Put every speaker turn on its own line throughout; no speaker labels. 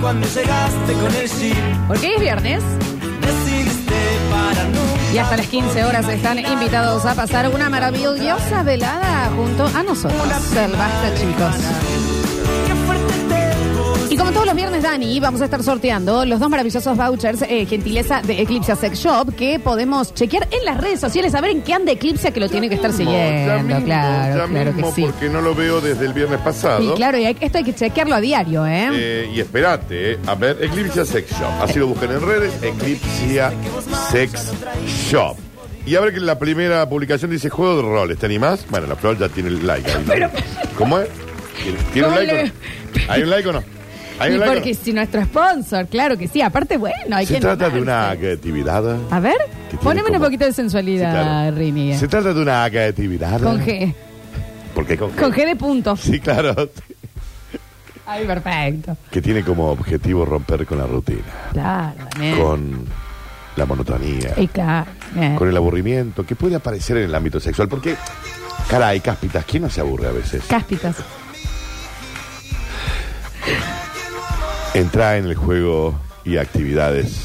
cuando llegaste con el jeep.
Porque hoy es viernes
Decidiste para nunca
y hasta las 15 horas están invitados a pasar una maravillosa velada junto a nosotros, el Basta Chicos.
Qué fuerte te voy.
Y como todos los viernes, Dani, vamos a estar sorteando los dos maravillosos vouchers, eh, gentileza de Eclipse Sex Shop, que podemos chequear en las redes sociales, a ver en qué anda Eclipse, que lo tiene que estar
mismo, ya
siguiendo.
mismo,
Claro,
ya
claro que
mismo,
sí.
porque no lo veo desde el viernes pasado.
Y claro, y hay- esto hay que chequearlo a diario, ¿eh?
Eh, y espérate, eh. a ver, Eclipse Sex Shop. Así lo buscan en redes, Eclipse Sex Shop. Y a ver que la primera publicación dice juego de roles, ¿te animás? Bueno, la flor ya tiene el like. ahí, ¿no? ¿Cómo es? ¿Tiene, tiene un
¿Cómo
like?
le-
o no? ¿Hay un like o no? ¿Hay
y
un like? o no?
porque si nuestro sponsor, claro que sí. Aparte, bueno, hay
Se
que.
trata de
animarse.
una creatividad.
A ver,
tiene
poneme un
como-
poquito de
Sí,
sensualidad,
claro.
Rini. eh.
Se trata de una creatividad.
Con G.
¿Por qué con G?
Con G de punto.
Sí, claro.
Ay, perfecto.
Que tiene como objetivo romper con la rutina,
Claro, Daniel.
con la monotonía,
Y claro, Daniel.
con el aburrimiento que puede aparecer en el ámbito sexual. Porque, caray, cáspitas, ¿quién no se aburre a veces?
Cáspitas.
Entra en el juego y actividades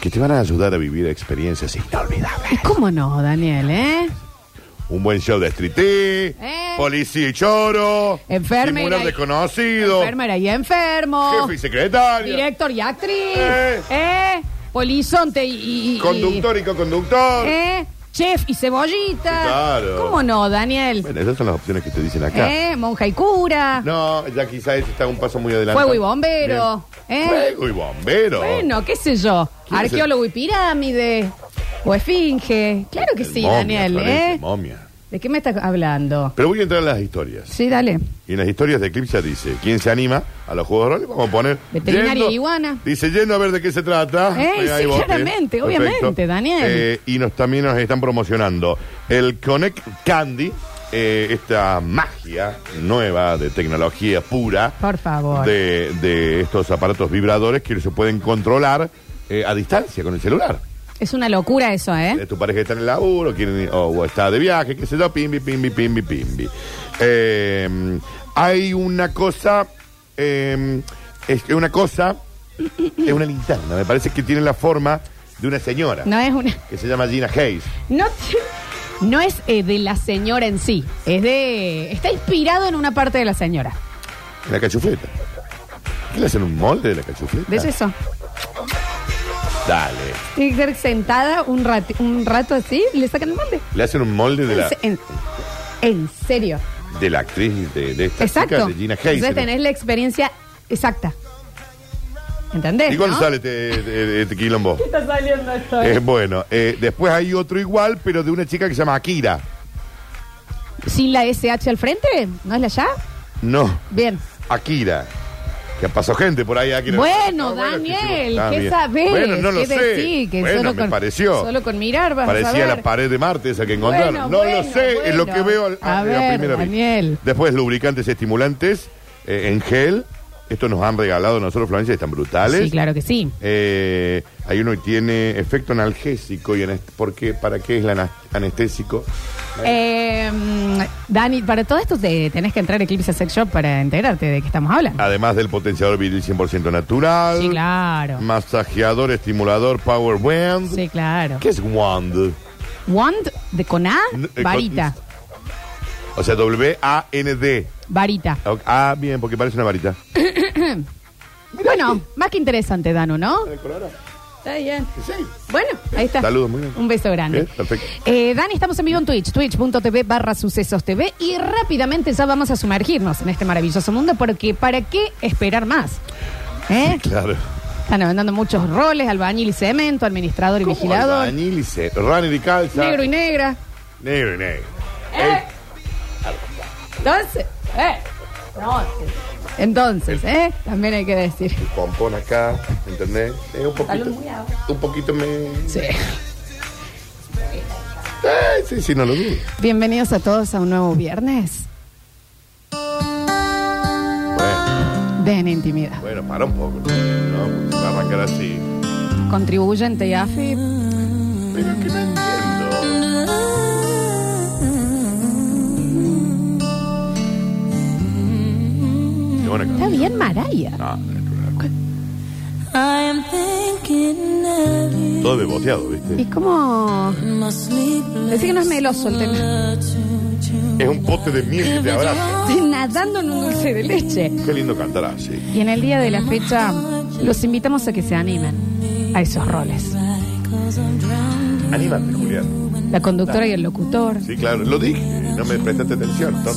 que te van a ayudar a vivir experiencias inolvidables.
¿Cómo no, Daniel, eh?
Un buen show de streetí,
Eh.
policía y choro,
Enfermera
simular
y-
desconocido,
Enfermera y enfermo.
jefe y secretario,
Director y actriz.
Eh.
Eh. Polizonte y. y- y-
conductor y coconductor.
Eh. Chef y cebollita.
Claro.
¿Cómo no, Daniel?
Bueno, esas son las opciones que te dicen acá.
Eh. Monja y cura.
No, ya quizás ese está un paso muy adelante.
Fuego y bombero.
Bien.
¿Eh?
Fuego y bombero.
Bueno, qué sé yo.
¿Quién es el-
Arqueólogo y pirámide. O esfinge. Claro que
El
sí,
momia,
Daniel,
Florencia,
¿eh?
momia.
¿De qué me estás hablando?
Pero voy a entrar en las historias.
Sí, dale.
Y en las historias de Eclipse dice, ¿quién se anima a los juegos de rol? Vamos a poner...
Veterinaria
yendo-
y iguana.
Dice, yendo a ver de qué se trata.
Eh,
Ahí
sí,
hay botes.
claramente, obviamente, Daniel.
Eh, y nos también nos están promocionando el Connect Candy, eh, esta magia nueva de tecnología pura.
Por favor.
de, de estos aparatos vibradores que se pueden controlar eh, a distancia con el celular.
Es una locura eso, ¿eh?
Eh, Tu pareja está en el laburo, quieren ir- o, o está de viaje, qué sé yo, pimbi, pimbi, pimbi, pimbi. Eh, hay una cosa, eh, es que una cosa, es una linterna, me parece que tiene la forma de una señora,
No es una.
que se llama Gina Hayes.
No, te- no es eh, de la señora en sí. Es de. Está inspirado en una parte de la señora.
La cachufleta. ¿Qué le hacen un molde de la cachufleta?
¿Ves eso?
Dale.
Tiene que estar sentada un, rati- un rato así y le sacan el molde.
Le hacen un molde de la,
En, en serio.
de la actriz de, de esta chica,
Exacto.
de Gina Hayes.
Entonces tenés la experiencia exacta. ¿Entendés?
¿Y cuándo
no?
sale este, este- este quilombo?
Está saliendo esto.
Eh, bueno, eh, después hay otro igual, pero de una chica que se llama Akira.
Sin la SH al frente, ¿no es la ya?
No,
Bien.
Akira. Que pasó gente por ahí, Akira.
Bueno,
Ah,
Daniel,
hicimos- Ah,
¿qué
bien.
sabés?
Bueno, no lo
¿Qué
sé.
decís? Que
bueno,
solo
me
con-
pareció.
Solo con mirar vas a
Parecía
ver.
la pared de Marte esa que encontraron.
Bueno,
no
bueno,
lo sé, es lo que
bueno.
veo al,
A
a la
ver,
primera vez.
Daniel.
Después lubricantes y estimulantes eh, en gel. Esto nos han regalado nosotros, Florencia, y están brutales.
Sí, claro que sí.
Eh, hay uno que tiene efecto analgésico y anest- ¿por qué? ¿Para qué es el ana- anestésico?
Eh, mm, Dani, para todo esto te tenés que entrar a Eclipse Sex Shop para enterarte de qué estamos hablando.
Además del potenciador viril 100% natural.
Sí, claro.
Masajeador, estimulador, power wand.
Sí, claro.
¿Qué es wand?
Wand de con A,
N- eh, con-
varita.
O sea, W-A-N-D.
Varita.
Ah, ok. Ah, bien, porque parece una varita.
Bueno, más que interesante, Danu, ¿no?
¿De color?
Está bien.
Sí.
Bueno, ahí está.
Saludos, muy bien.
Un beso grande.
Bien, perfecto.
Eh, Dani, estamos en vivo en Twitch, twitch.tv barra sucesos TV y rápidamente ya vamos a sumergirnos en este maravilloso mundo porque ¿para qué esperar más? ¿Eh?
Claro.
Están aventando muchos roles, albañil y cemento, administrador y vigilador,
Daniel y se- runner y calza.
negro y negra.
Negro y negro.
¿Eh? Entonces, ¿eh? No, Entonces, ¿eh? También hay que decir.
El pompón acá, ¿entendés? Es un poquito.
Salud, muy abajo.
Un poquito me.
Sí.
Eh, sí, sí, no lo vi.
Bienvenidos a todos a un nuevo viernes
Bueno,
de En Intimidad.
bueno, para un poco. No, Porque se va a arrancar así.
Contribuyente y AFIP.
Pero es que no entiendo. Qué buena
Está
canción.
bien Maraya.
Ah, No, no, no, no.
I'm thinking of you.
Todo beboteado, ¿viste?
Y como.
My sleepless
Decí que no es meloso el tema.
night.
Es un pote de miel que te abraza.
Estoy nadando en un dulce de leche.
Qué lindo cantar así.
Y en el día de la fecha, los invitamos a que se animen a esos roles.
Anímate, Julián.
La conductora y el locutor,
Sí, claro, lo dije. No me prestaste atención, Tom.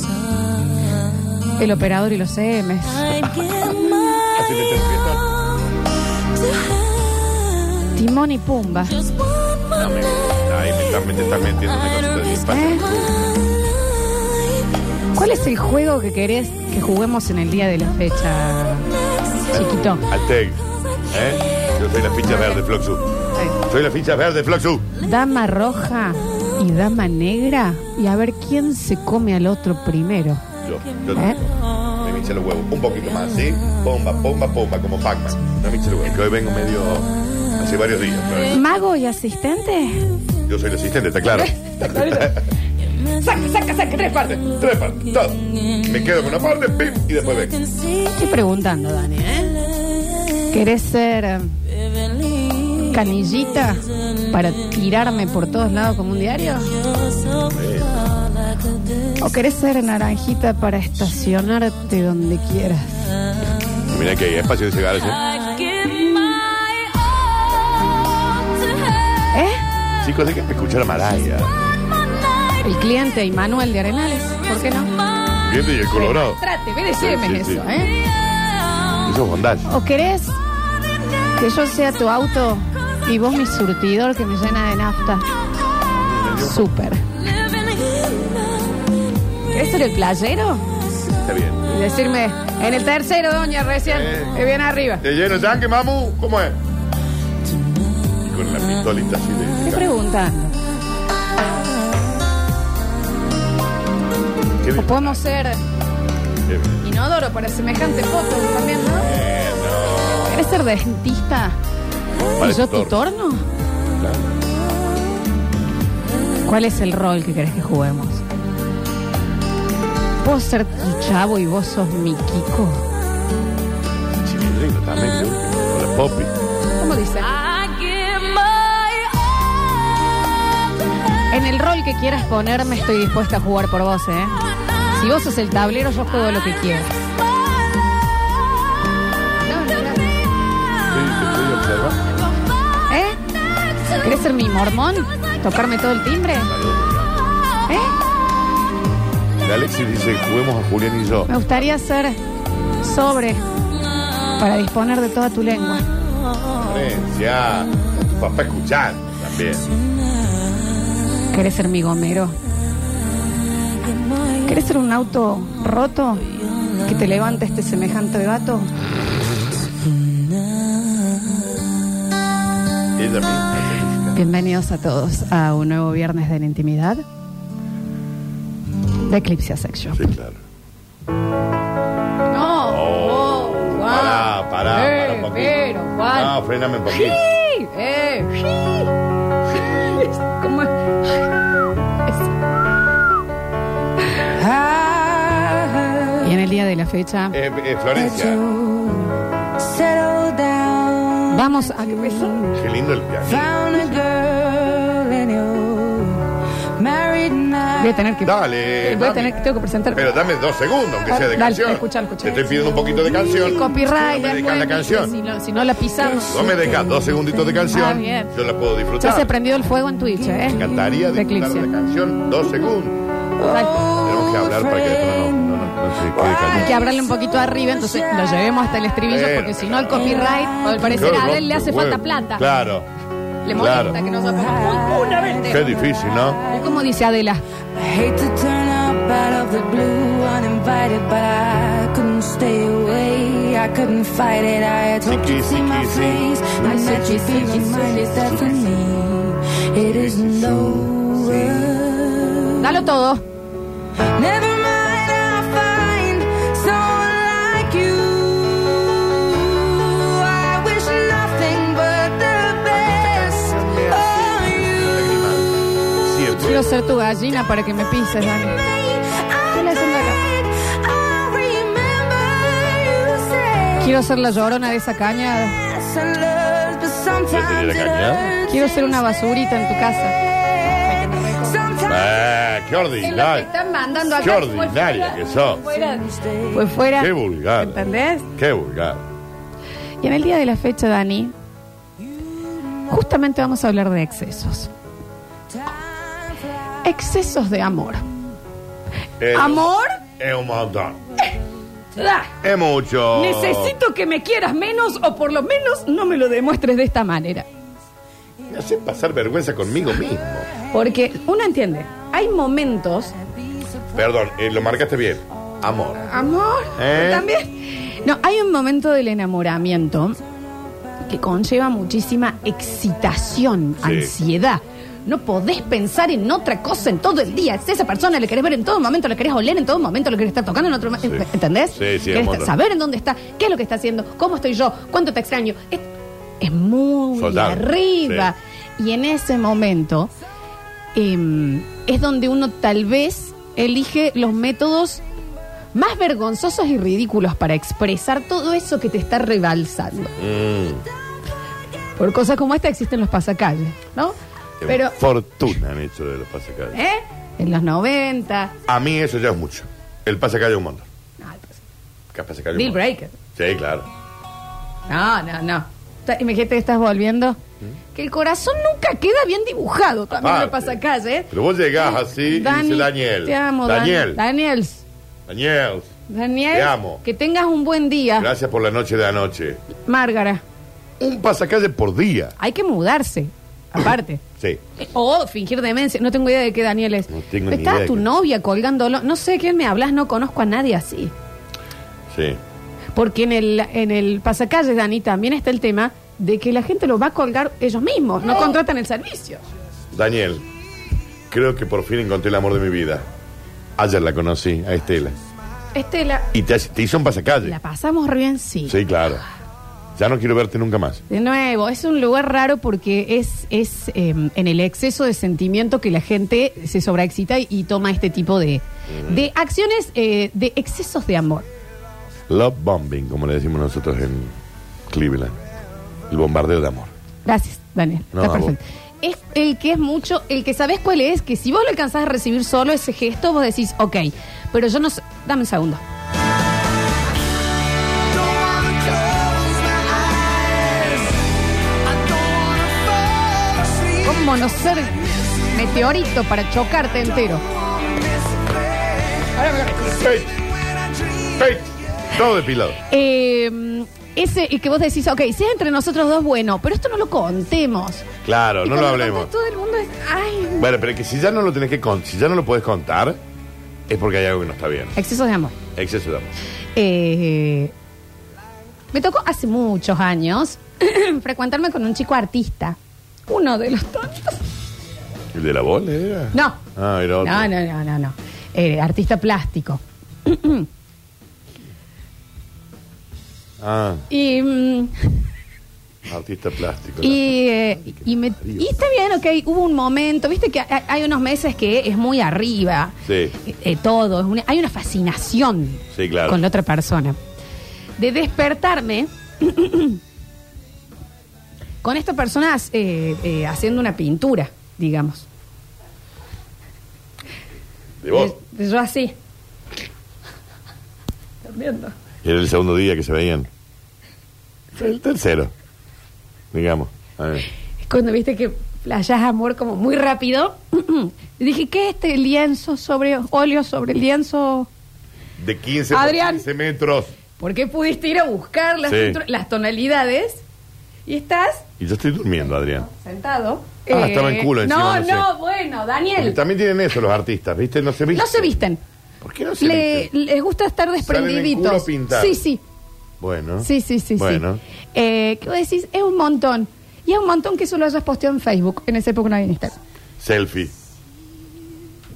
el operador y los E CMs.
I'd give my
Así te despiertas.
all to have
Timón y Pumba.
just one more
No me gusta. Ahí me estás me estás metiendo una cosita de mi infancia.
¿Eh? ¿Cuál es el juego que querés que juguemos en el día de la fecha, chiquito?
Al TEG. ¿Eh? Yo soy la ficha verde, Floxu. Soy la ficha verde, Floxu.
Dama roja y dama negra. Y a ver quién se come al otro primero.
Yo, yo
¿Eh?
me hinché los huevos. Un poquito más, ¿sí? Pomba, pomba, pomba, como Pac-Man. No me hinché los huevos, que hoy vengo medio... Hace varios días. ¿no?
¿Mago y asistente?
Yo soy el asistente, ¿está claro?
Saca, saca, saca, tres partes.
Tres partes, todo. Me quedo con una parte, pim, y después vengo.
can see
Estoy preguntando, Dani, ¿eh? ¿Querés ser eh,
vividly.
canillita para tirarme por todos lados como un diario?
You're so real, I could do
¿O querés ser naranjita para estacionarte donde quieras?
Mira que hay espacio de cigarros. ¿eh?
I'd give my all to have
¿Eh?
Chicos, hay que escuchar a Maraya.
one night.
El cliente y Manuel de Arenales, ¿por qué no?
¿Viste? Y el colorado.
Trate, ve,
Sí,
decime
sí,
eso,
sí.
¿eh?
Eso es bondad.
¿O querés que yo sea tu auto y vos mi surtidor que me llena de nafta? Súper. ¿Querés ser el playero?
Está bien.
Y decirme, en el tercero, doña, recién,
Eh.
que viene arriba.
¿Te lleno el tanque, mamu? ¿Cómo es? Y con la pistolita así
¿Qué
de...
pregunta?
¿Qué
¿O
bien?
podemos ser
Qué bien.
inodoro para semejante foto también, no?
Eh,
¿Querés ser dentista
no.
y
Vale,
yo tu
tutor.
torno?
Claro.
¿Cuál es el rol que querés que juguemos? ¿Puedo ser tu chavo y vos sos mi Kiko?
Chilindrino también, de última. Con la popi.
¿Cómo dice? En el rol que quieras ponerme estoy dispuesta a jugar por vos, ¿eh? Si vos sos el tablero, yo juego lo que quieras. No, no, no.
Sí, te estoy observando.
¿Eh? ¿Querés ser mi mormón? ¿Tocarme todo el timbre? ¿Eh?
La Alexis dice, juguemos a Julián y yo.
Me gustaría ser sobre para disponer de toda tu lengua.
Florencia, a tu papá escuchar también.
¿Querés ser mi gomero? ¿Querés ser un auto roto que te levante este semejante gato?
Ella misma.
Bienvenidos a todos a un nuevo viernes de la intimidad de Eclipse Sexual.
Sí, claro.
No,
Oh,
no, guau.
pará, pará,
Eh,
pará un poquito.
Pero, Juan.
No, frename un
Sí,
poquito.
eh, sí. Es como- Es- Y en el día de la fecha,
Eh, eh, Florencia,
Settle down.
vamos a empezar.
qué lindo el pianito.
Found a girl in you. Married now.
Voy a tener que.
Dale,
Voy a
mami.
tener que. Tengo que presentar.
Pero dame dos segundos, aunque sea de
Dale,
canción.
escucha, escucha.
Te estoy pidiendo un poquito de canción.
Copyright,
Tú me
es
dedicas la
bueno, Si
canción.
no, si no la pisamos.
No me dejas dos segunditos de canción.
Ah, bien.
Yo la puedo
Ya
disfrutar.
se prendió el fuego en Twitch, ¿eh?
Me encantaría
De
disfrutar de
Eclipse.
la canción dos segundos.
Exacto.
Tenemos que hablar para que después no, no, no, no se quede
Hay que
callado.
hablarle un poquito arriba, entonces lo llevemos hasta el estribillo,
Bueno,
porque si
pero-
no el copyright, o al parecer a
Claro,
él le hace
bueno.
falta plata.
Claro.
Le molesta
claro.
que nosotros una vez.
Qué difícil, ¿no?
Como dice Adela,
I hate to turn up out of the blue uninvited, but I couldn't stay away. I couldn't fight it. I had hoped
Siki,
you'd see my
siki,
face.
siki.
I said you'd be
Siki, siki,
reminded that for
siki.
me, it isn't over.
dalo todo.
Never mind, I'll find someone like you. I wish nothing but the best for you.
Siempre.
Quiero ser tu gallina para que me pises, Dani. ¿Qué le hacen acá?
I remember you said
Quiero ser la llorona de esa caña
hurts and loves, but sometimes
¿Quieres
it
tener la caña?
hurts
Quiero ser una basurita en tu casa.
and sometimes
Eh,
Es lo
qué
que
ordinaria.
están mandando acá.
Qué ordinaria que sos.
Fuera, pues fuera.
Qué vulgar.
¿Entendés?
Qué vulgar.
Y en el día de la fecha, Dani, justamente vamos a hablar de excesos. Excesos de amor.
Es-
¿Amor?
Es un montón.
¡Ah!
Es mucho.
Necesito que me quieras menos o por lo menos no me lo demuestres de esta manera.
Me hace pasar vergüenza conmigo mismo.
Porque uno entiende, hay momentos,
Perdón, eh, lo marcaste bien. Amor.
amor,
¿Eh?
también. No, hay un momento del enamoramiento que conlleva muchísima excitación,
Sí.
ansiedad. No podés pensar en otra cosa en todo el día. Es esa persona, le querés ver en todo momento, le querés oler en todo momento, le querés estar tocando en otro momento.
Sí.
¿Entendés?
Sí, sí,
Querés
amor.
saber en dónde está, qué es lo que está haciendo, cómo estoy yo, cuánto te extraño. Es, es muy
Soldado.
arriba. Y en ese momento em, es donde uno tal vez elige los métodos más vergonzosos y ridículos para expresar todo eso que te está rebalsando.
Mm,
Por cosas como esta existen los pasacalles, ¿no?
qué
Pero,
Fortuna han hecho de los pasacalles.
¿eh? En los 90.
A mí eso ya es mucho. El pasacalle es un montón.
no, Ah, el pas-
Que el pasacalle es un
Deal
montón.
breaker.
Sí, claro.
No, no, no. Ta- Imagínate que estás volviendo. Que el corazón nunca queda bien dibujado. También
¿Mm? Aparte.
lo pasa acá, ¿eh?
Pero vos llegás así y dice Daniel.
Te amo, Dan-
Daniel.
Daniel.
Daniel.
Daniel.
Te amo.
Que tengas un buen día.
Gracias por la noche de anoche.
Márgara.
Un pasacalle por día.
Hay que mudarse. Aparte.
Sí.
O fingir demencia. No tengo idea de qué Daniel es.
No tengo ni
Está
idea de
tu
qué-
novia colgándolo. No sé de quién me hablas, no conozco a nadie así.
Sí.
Porque en el, en el pasacalles, Dani, también está el tema de que la gente lo va a colgar ellos mismos. No, contratan el servicio.
Daniel, creo que por fin encontré el amor de mi vida. Ayer la conocí, a Estela.
Estela,
Y te, te hizo un pasacalle.
Este, la pasamos re bien, sí.
Sí, claro. Ya no quiero verte nunca más.
De nuevo, es un lugar raro porque es, es eh, en el exceso de sentimiento que la gente se sobreexcita y, y toma este tipo de,
Mm.
de acciones, eh, de excesos de amor.
Love bombing, como le decimos nosotros en Cleveland. El bombardeo de amor.
Gracias, Daniel.
No,
Está
a vos.
perfecto. Es el que es mucho, el que sabes cuál es, que si vos lo alcanzás a recibir solo ese gesto, vos decís, ok, pero yo no sé. Dame un segundo. Como no ser meteorito para chocarte entero.
Fake. Fake. Todo depilado.
Eh, ese y que vos decís, ok, si es entre nosotros dos, bueno, pero esto no lo contemos.
Claro,
Y
no
cuando
lo hablemos.
contás, Todo el mundo es, ay,
Bueno, pero que si ya no lo tenés que con- si ya no lo podés contar, es porque hay algo que no está bien.
excesos de amor.
Exceso de amor.
Eh, me tocó hace muchos años frecuentarme con un chico artista. Uno de los tantos.
¿El de la bola era?
No.
Ah, era otro.
No, no, no, no, no. Eh, artista plástico.
Ah,
Y, mm,
artista plástico.
y, eh, y me- y está bien, ok, hubo un momento, viste que hay, hay unos meses que es muy arriba.
Sí.
Eh, eh, todo, es una- hay una fascinación
Sí, claro.
con la otra persona. De despertarme con esta persona eh, eh, haciendo una pintura, digamos.
¿De vos?
Eh, Yo así. Durmiendo.
Era el segundo día que se veían. El tercero. Digamos. A ver.
Es cuando viste que playas amor como muy rápido. Y dije, ¿qué es este lienzo sobre óleo sobre lienzo?
De 15 por
Adrián.
15 metros.
¿Por qué pudiste ir a buscar las,
Sí.
tentro- las tonalidades? Y estás
Y yo estoy durmiendo, Adrián.
sentado. eh,
Ah, estaba en culo
No,
encima, no sé.
no, bueno,
Porque
Daniel.
también tienen eso los artistas, ¿viste? No se visten.
No se visten.
¿Por qué no se
Le,
visten?
les gusta estar desprendiditos.
culo pintado.
sí, sí,
Bueno.
sí, sí, sí.
Bueno.
sí. Eh, ¿Qué vos decís? Es un montón. Y es un montón que solo hayas posteado en Facebook. En esa época no había Instagram.
Selfie.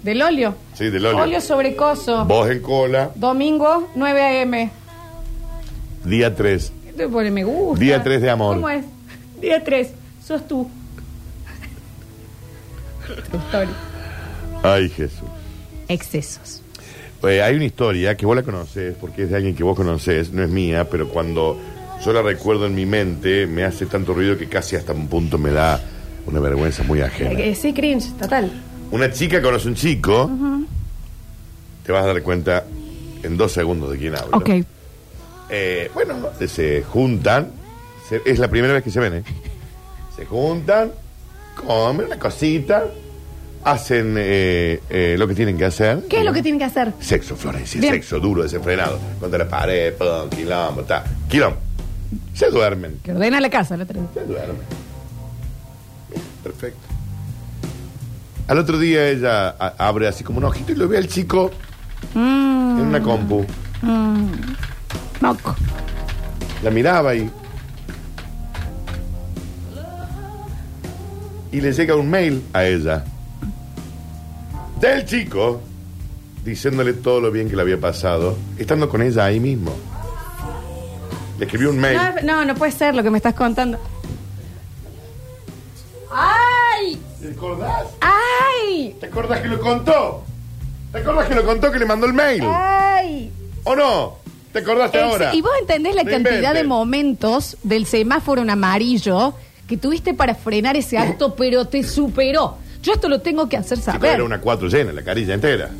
Del óleo.
Sí, del óleo.
Óleo sobre coso.
Vos en cola.
Domingo, 9 a.m.
Día 3.
Te pone me gusta.
Día tres de amor.
¿Cómo es? Día 3. Sos tú. Tu historia.
Ay, Jesús.
Excesos.
Eh, hay una historia que vos la conocés, porque es de alguien que vos conocés, no es mía, pero cuando Yo la recuerdo en mi mente, me hace tanto ruido que casi hasta un punto me da una vergüenza muy ajena.
Eh, sí, cringe, total.
Una chica conoce un chico, te vas a dar cuenta en dos segundos de quién hablo.
Ok.
Eh, bueno, se juntan. se- es la primera vez que se ven, ¿eh? Se juntan, comen una cosita, hacen eh, eh, lo que tienen que hacer.
¿Qué es lo que tienen que hacer?
Sexo, Florencia,
Bien.
sexo duro, desenfrenado. Contra la pared, pum, quilombo, ta. Quilombo. Se duermen.
Que ordena la casa, la otra.
Se duermen. Perfecto. Al otro día ella a- abre así como un ojito y lo ve al chico
Mm.
en una compu.
Moco.
La miraba y. Y le llega un mail a ella. Del chico. Diciéndole todo lo bien que le había pasado. Estando con ella ahí mismo. Le escribió un mail.
No, Ah, no, no puede ser lo que me estás contando. ¡Ay!
¿Te acordás?
¡Ay!
¿Te acordás que lo contó? ¿Te acordás que lo contó que le mandó el mail?
¡Ay!
¿O no? ¿Te acordaste
El-
ahora?
Ah. Y Este, vos entendés la
No
cantidad de
inventes.
momentos del semáforo en amarillo que tuviste para frenar ese acto, pero te superó. Yo esto lo tengo que hacer
Chico,
saber.
Era una cuatro llena, la carilla entera.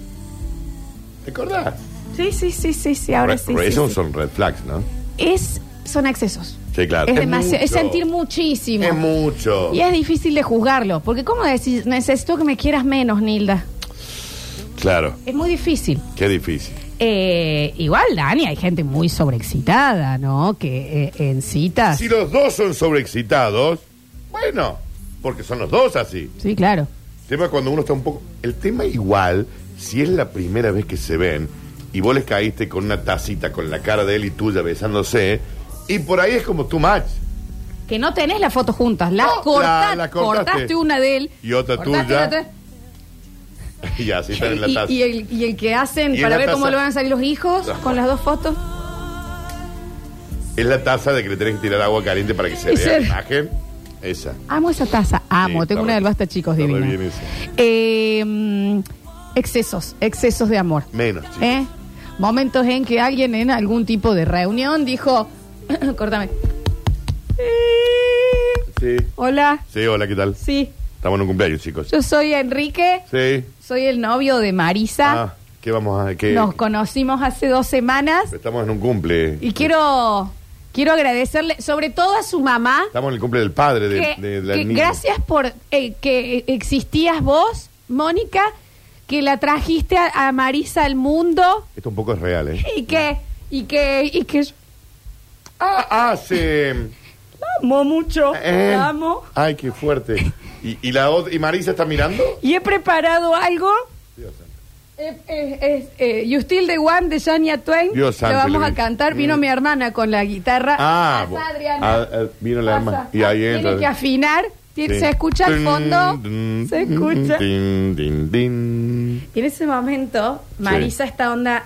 ¿Te acordás?
Sí, sí, sí, sí, sí, ahora
Re-
sí.
re-
sí,
esos
sí.
son red flags, ¿no?
Es, son excesos.
Sí, claro.
Es, demasiado, es
mucho.
sentir muchísimo.
Es mucho.
y es difícil de juzgarlo, porque ¿cómo decís, necesito que me quieras menos, Nilda?
Claro,
Es muy difícil.
qué difícil.
Eh, igual, Dani, hay gente muy sobreexcitada, ¿no? Que eh, en citas.
Si los dos son sobreexcitados, bueno, porque son los dos así.
Sí, claro.
El tema es cuando uno está un poco. El tema igual, si es la primera vez que se ven y vos les caíste con una tacita con la cara de él y tuya besándose, y por ahí es como too much.
Que no tenés las fotos juntas, las
No,
corta-
la- la cortaste.
cortaste una de él.
Y otra
cortaste
tuya.
una tuya,
Y así están en la
y-
taza.
y el, y el que hacen
Y en
para
la
ver cómo
taza.
le van a salir los hijos
No.
con las dos fotos.
Es la taza de que le tenés que tirar agua caliente para que se
Y
vea
se-
la imagen. Esa.
Amo esa taza, amo.
Sí,
Tengo
está
una
re-
del basta, chicos,
está re
divina.
bien esa.
Eh, mm, excesos, excesos de amor.
Menos, chicos.
¿Eh? Momentos en que alguien en algún tipo de reunión dijo, córtame.
Sí.
Hola,
Sí, hola, ¿qué tal?
sí,
Estamos en un cumpleaños, chicos.
yo soy Enrique,
Sí.
soy el novio de Marisa.
Ah, ¿qué vamos a.? Qué...
Nos conocimos hace dos semanas
Estamos en un cumple.
y quiero, quiero agradecerle, sobre todo a su mamá,
Estamos en el cumple del padre de,
que,
de- de la
que
niña.
gracias por eh, que existías vos, Mónica, que la trajiste a, a Marisa al mundo
Esto un poco es real, ¿eh?
y que, y que, y que yo
Ah, ah, se...
la amo mucho,
eh.
la amo.
Ay, qué fuerte. ¿Y, y la ot- ¿Y Marisa está mirando?
Y he preparado algo. Eh, eh, eh, eh, You Still the One de Shania Twain.
Dios
Lo
santo,
vamos
le-
a cantar. Vino
Mm.
mi hermana con la guitarra.
Ah,
Pasa,
bo-
Adriana.
ah, ah, vino la
Pasa.
hermana. Y ahí entra.
Tiene que afinar. Tiene-
Sí.
Se escucha al
Tin,
fondo.
tin,
Se escucha.
tin, tin, tin.
Y en ese momento, Marisa esta onda.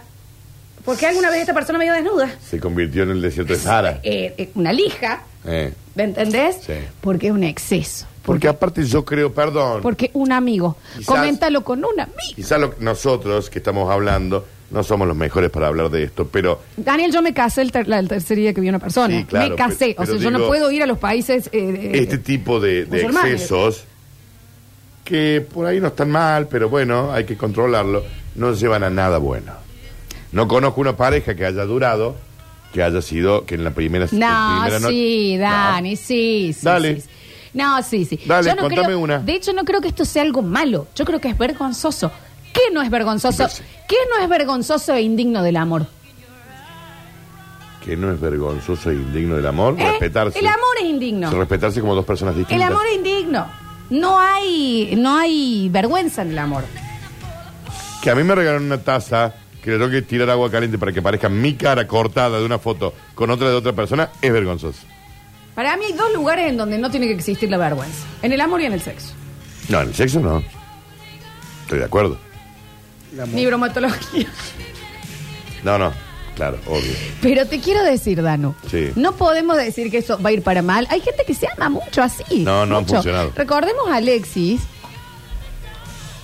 ¿Por qué alguna vez esta persona me dio desnuda?
Se convirtió en el desierto de Sahara.
Eh, eh, una lija.
Eh,
¿Me entendés?
Sí.
Porque es un exceso.
Porque aparte yo creo, perdón,
Porque un amigo.
Quizás-
Coméntalo con un amigo.
quizás lo- nosotros que estamos hablando no somos los mejores para hablar de esto, pero
Daniel, yo me casé el, ter- la, el tercer día que vi una persona.
Sí, claro,
me casé.
pero-
o sea,
pero
yo no
digo-
puedo ir a los países. eh, eh,
este tipo de, de
musulmanes.
excesos que por ahí no están mal, pero bueno, hay que controlarlo, no llevan a nada bueno. No conozco una pareja que haya durado, que haya sido, que en la primera,
No,
primera noche-
sí,
No.
Dani, sí, sí.
Dale.
sí, sí. No, sí, sí.
Dale,
Yo no
contame
creo-
una.
De hecho, no creo que esto sea algo malo. Yo creo que es vergonzoso. ¿Qué no es vergonzoso?
Sí.
¿Qué no es vergonzoso e indigno del amor?
Que no es vergonzoso e indigno del amor,
¿Eh?
respetarse.
El amor es indigno.
Respetarse como dos personas
El
distintas.
amor es indigno. No hay, no hay vergüenza en el amor.
Que a mí me regalaron una taza que le tengo que tirar agua caliente para que parezca mi cara cortada de una foto con otra de otra persona, es vergonzoso.
Para mí hay dos lugares en donde no tiene que existir la vergüenza. En el amor y en el sexo.
No, en el sexo no. Estoy de acuerdo.
Ni bromatología.
No, no. Claro, obvio.
Pero te quiero decir, Danu,
Sí.
no podemos decir que eso va a ir para mal. Hay gente que se ama mucho así.
No, no han
mucho.
funcionado.
Recordemos a Alexis,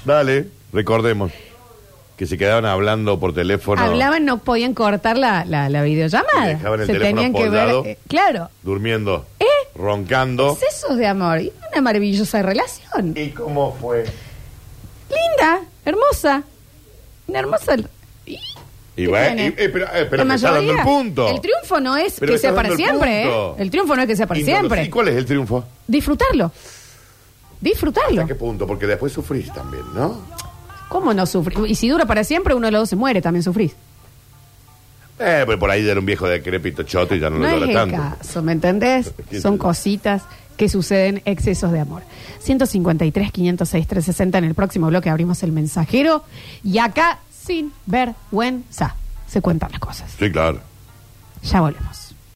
Dale, recordemos. que se quedaban hablando por teléfono.
Hablaban, no podían cortar la, la, la videollamada.
Y dejaban el
Se
teléfono
tenían que
colgado.
ver. eh, claro.
Durmiendo.
¿Eh?
Roncando.
Sesos de amor. Y una maravillosa relación.
¿Y cómo fue?
Linda, hermosa. Una hermosa. Y
Y
¿Qué
bueno,
tiene?
y- eh, pero, eh, pero
la
me está dando el
mayoría-
punto.
El triunfo no es
Pero me
que sea
está
para
dando el
siempre,
punto.
¿eh? El triunfo no es que sea para
Y no lo
siempre.
sé. ¿Y cuál es el triunfo?
Disfrutarlo. Disfrutarlo.
¿A qué punto? Porque después sufrís también, ¿no?
¿Cómo no sufrir? Y si dura para siempre, uno de los dos se muere, también sufrís.
Eh, pero por ahí era un viejo decrépito choto y ya no,
No
lo
es
dura
el
tanto.
caso, ¿me entendés?
¿Qué
Son
te-
cositas que suceden, excesos de amor. 153, 506, 360. En el próximo bloque abrimos el mensajero. Y acá, sin vergüenza, se cuentan las cosas.
Sí, claro.
Ya volvemos.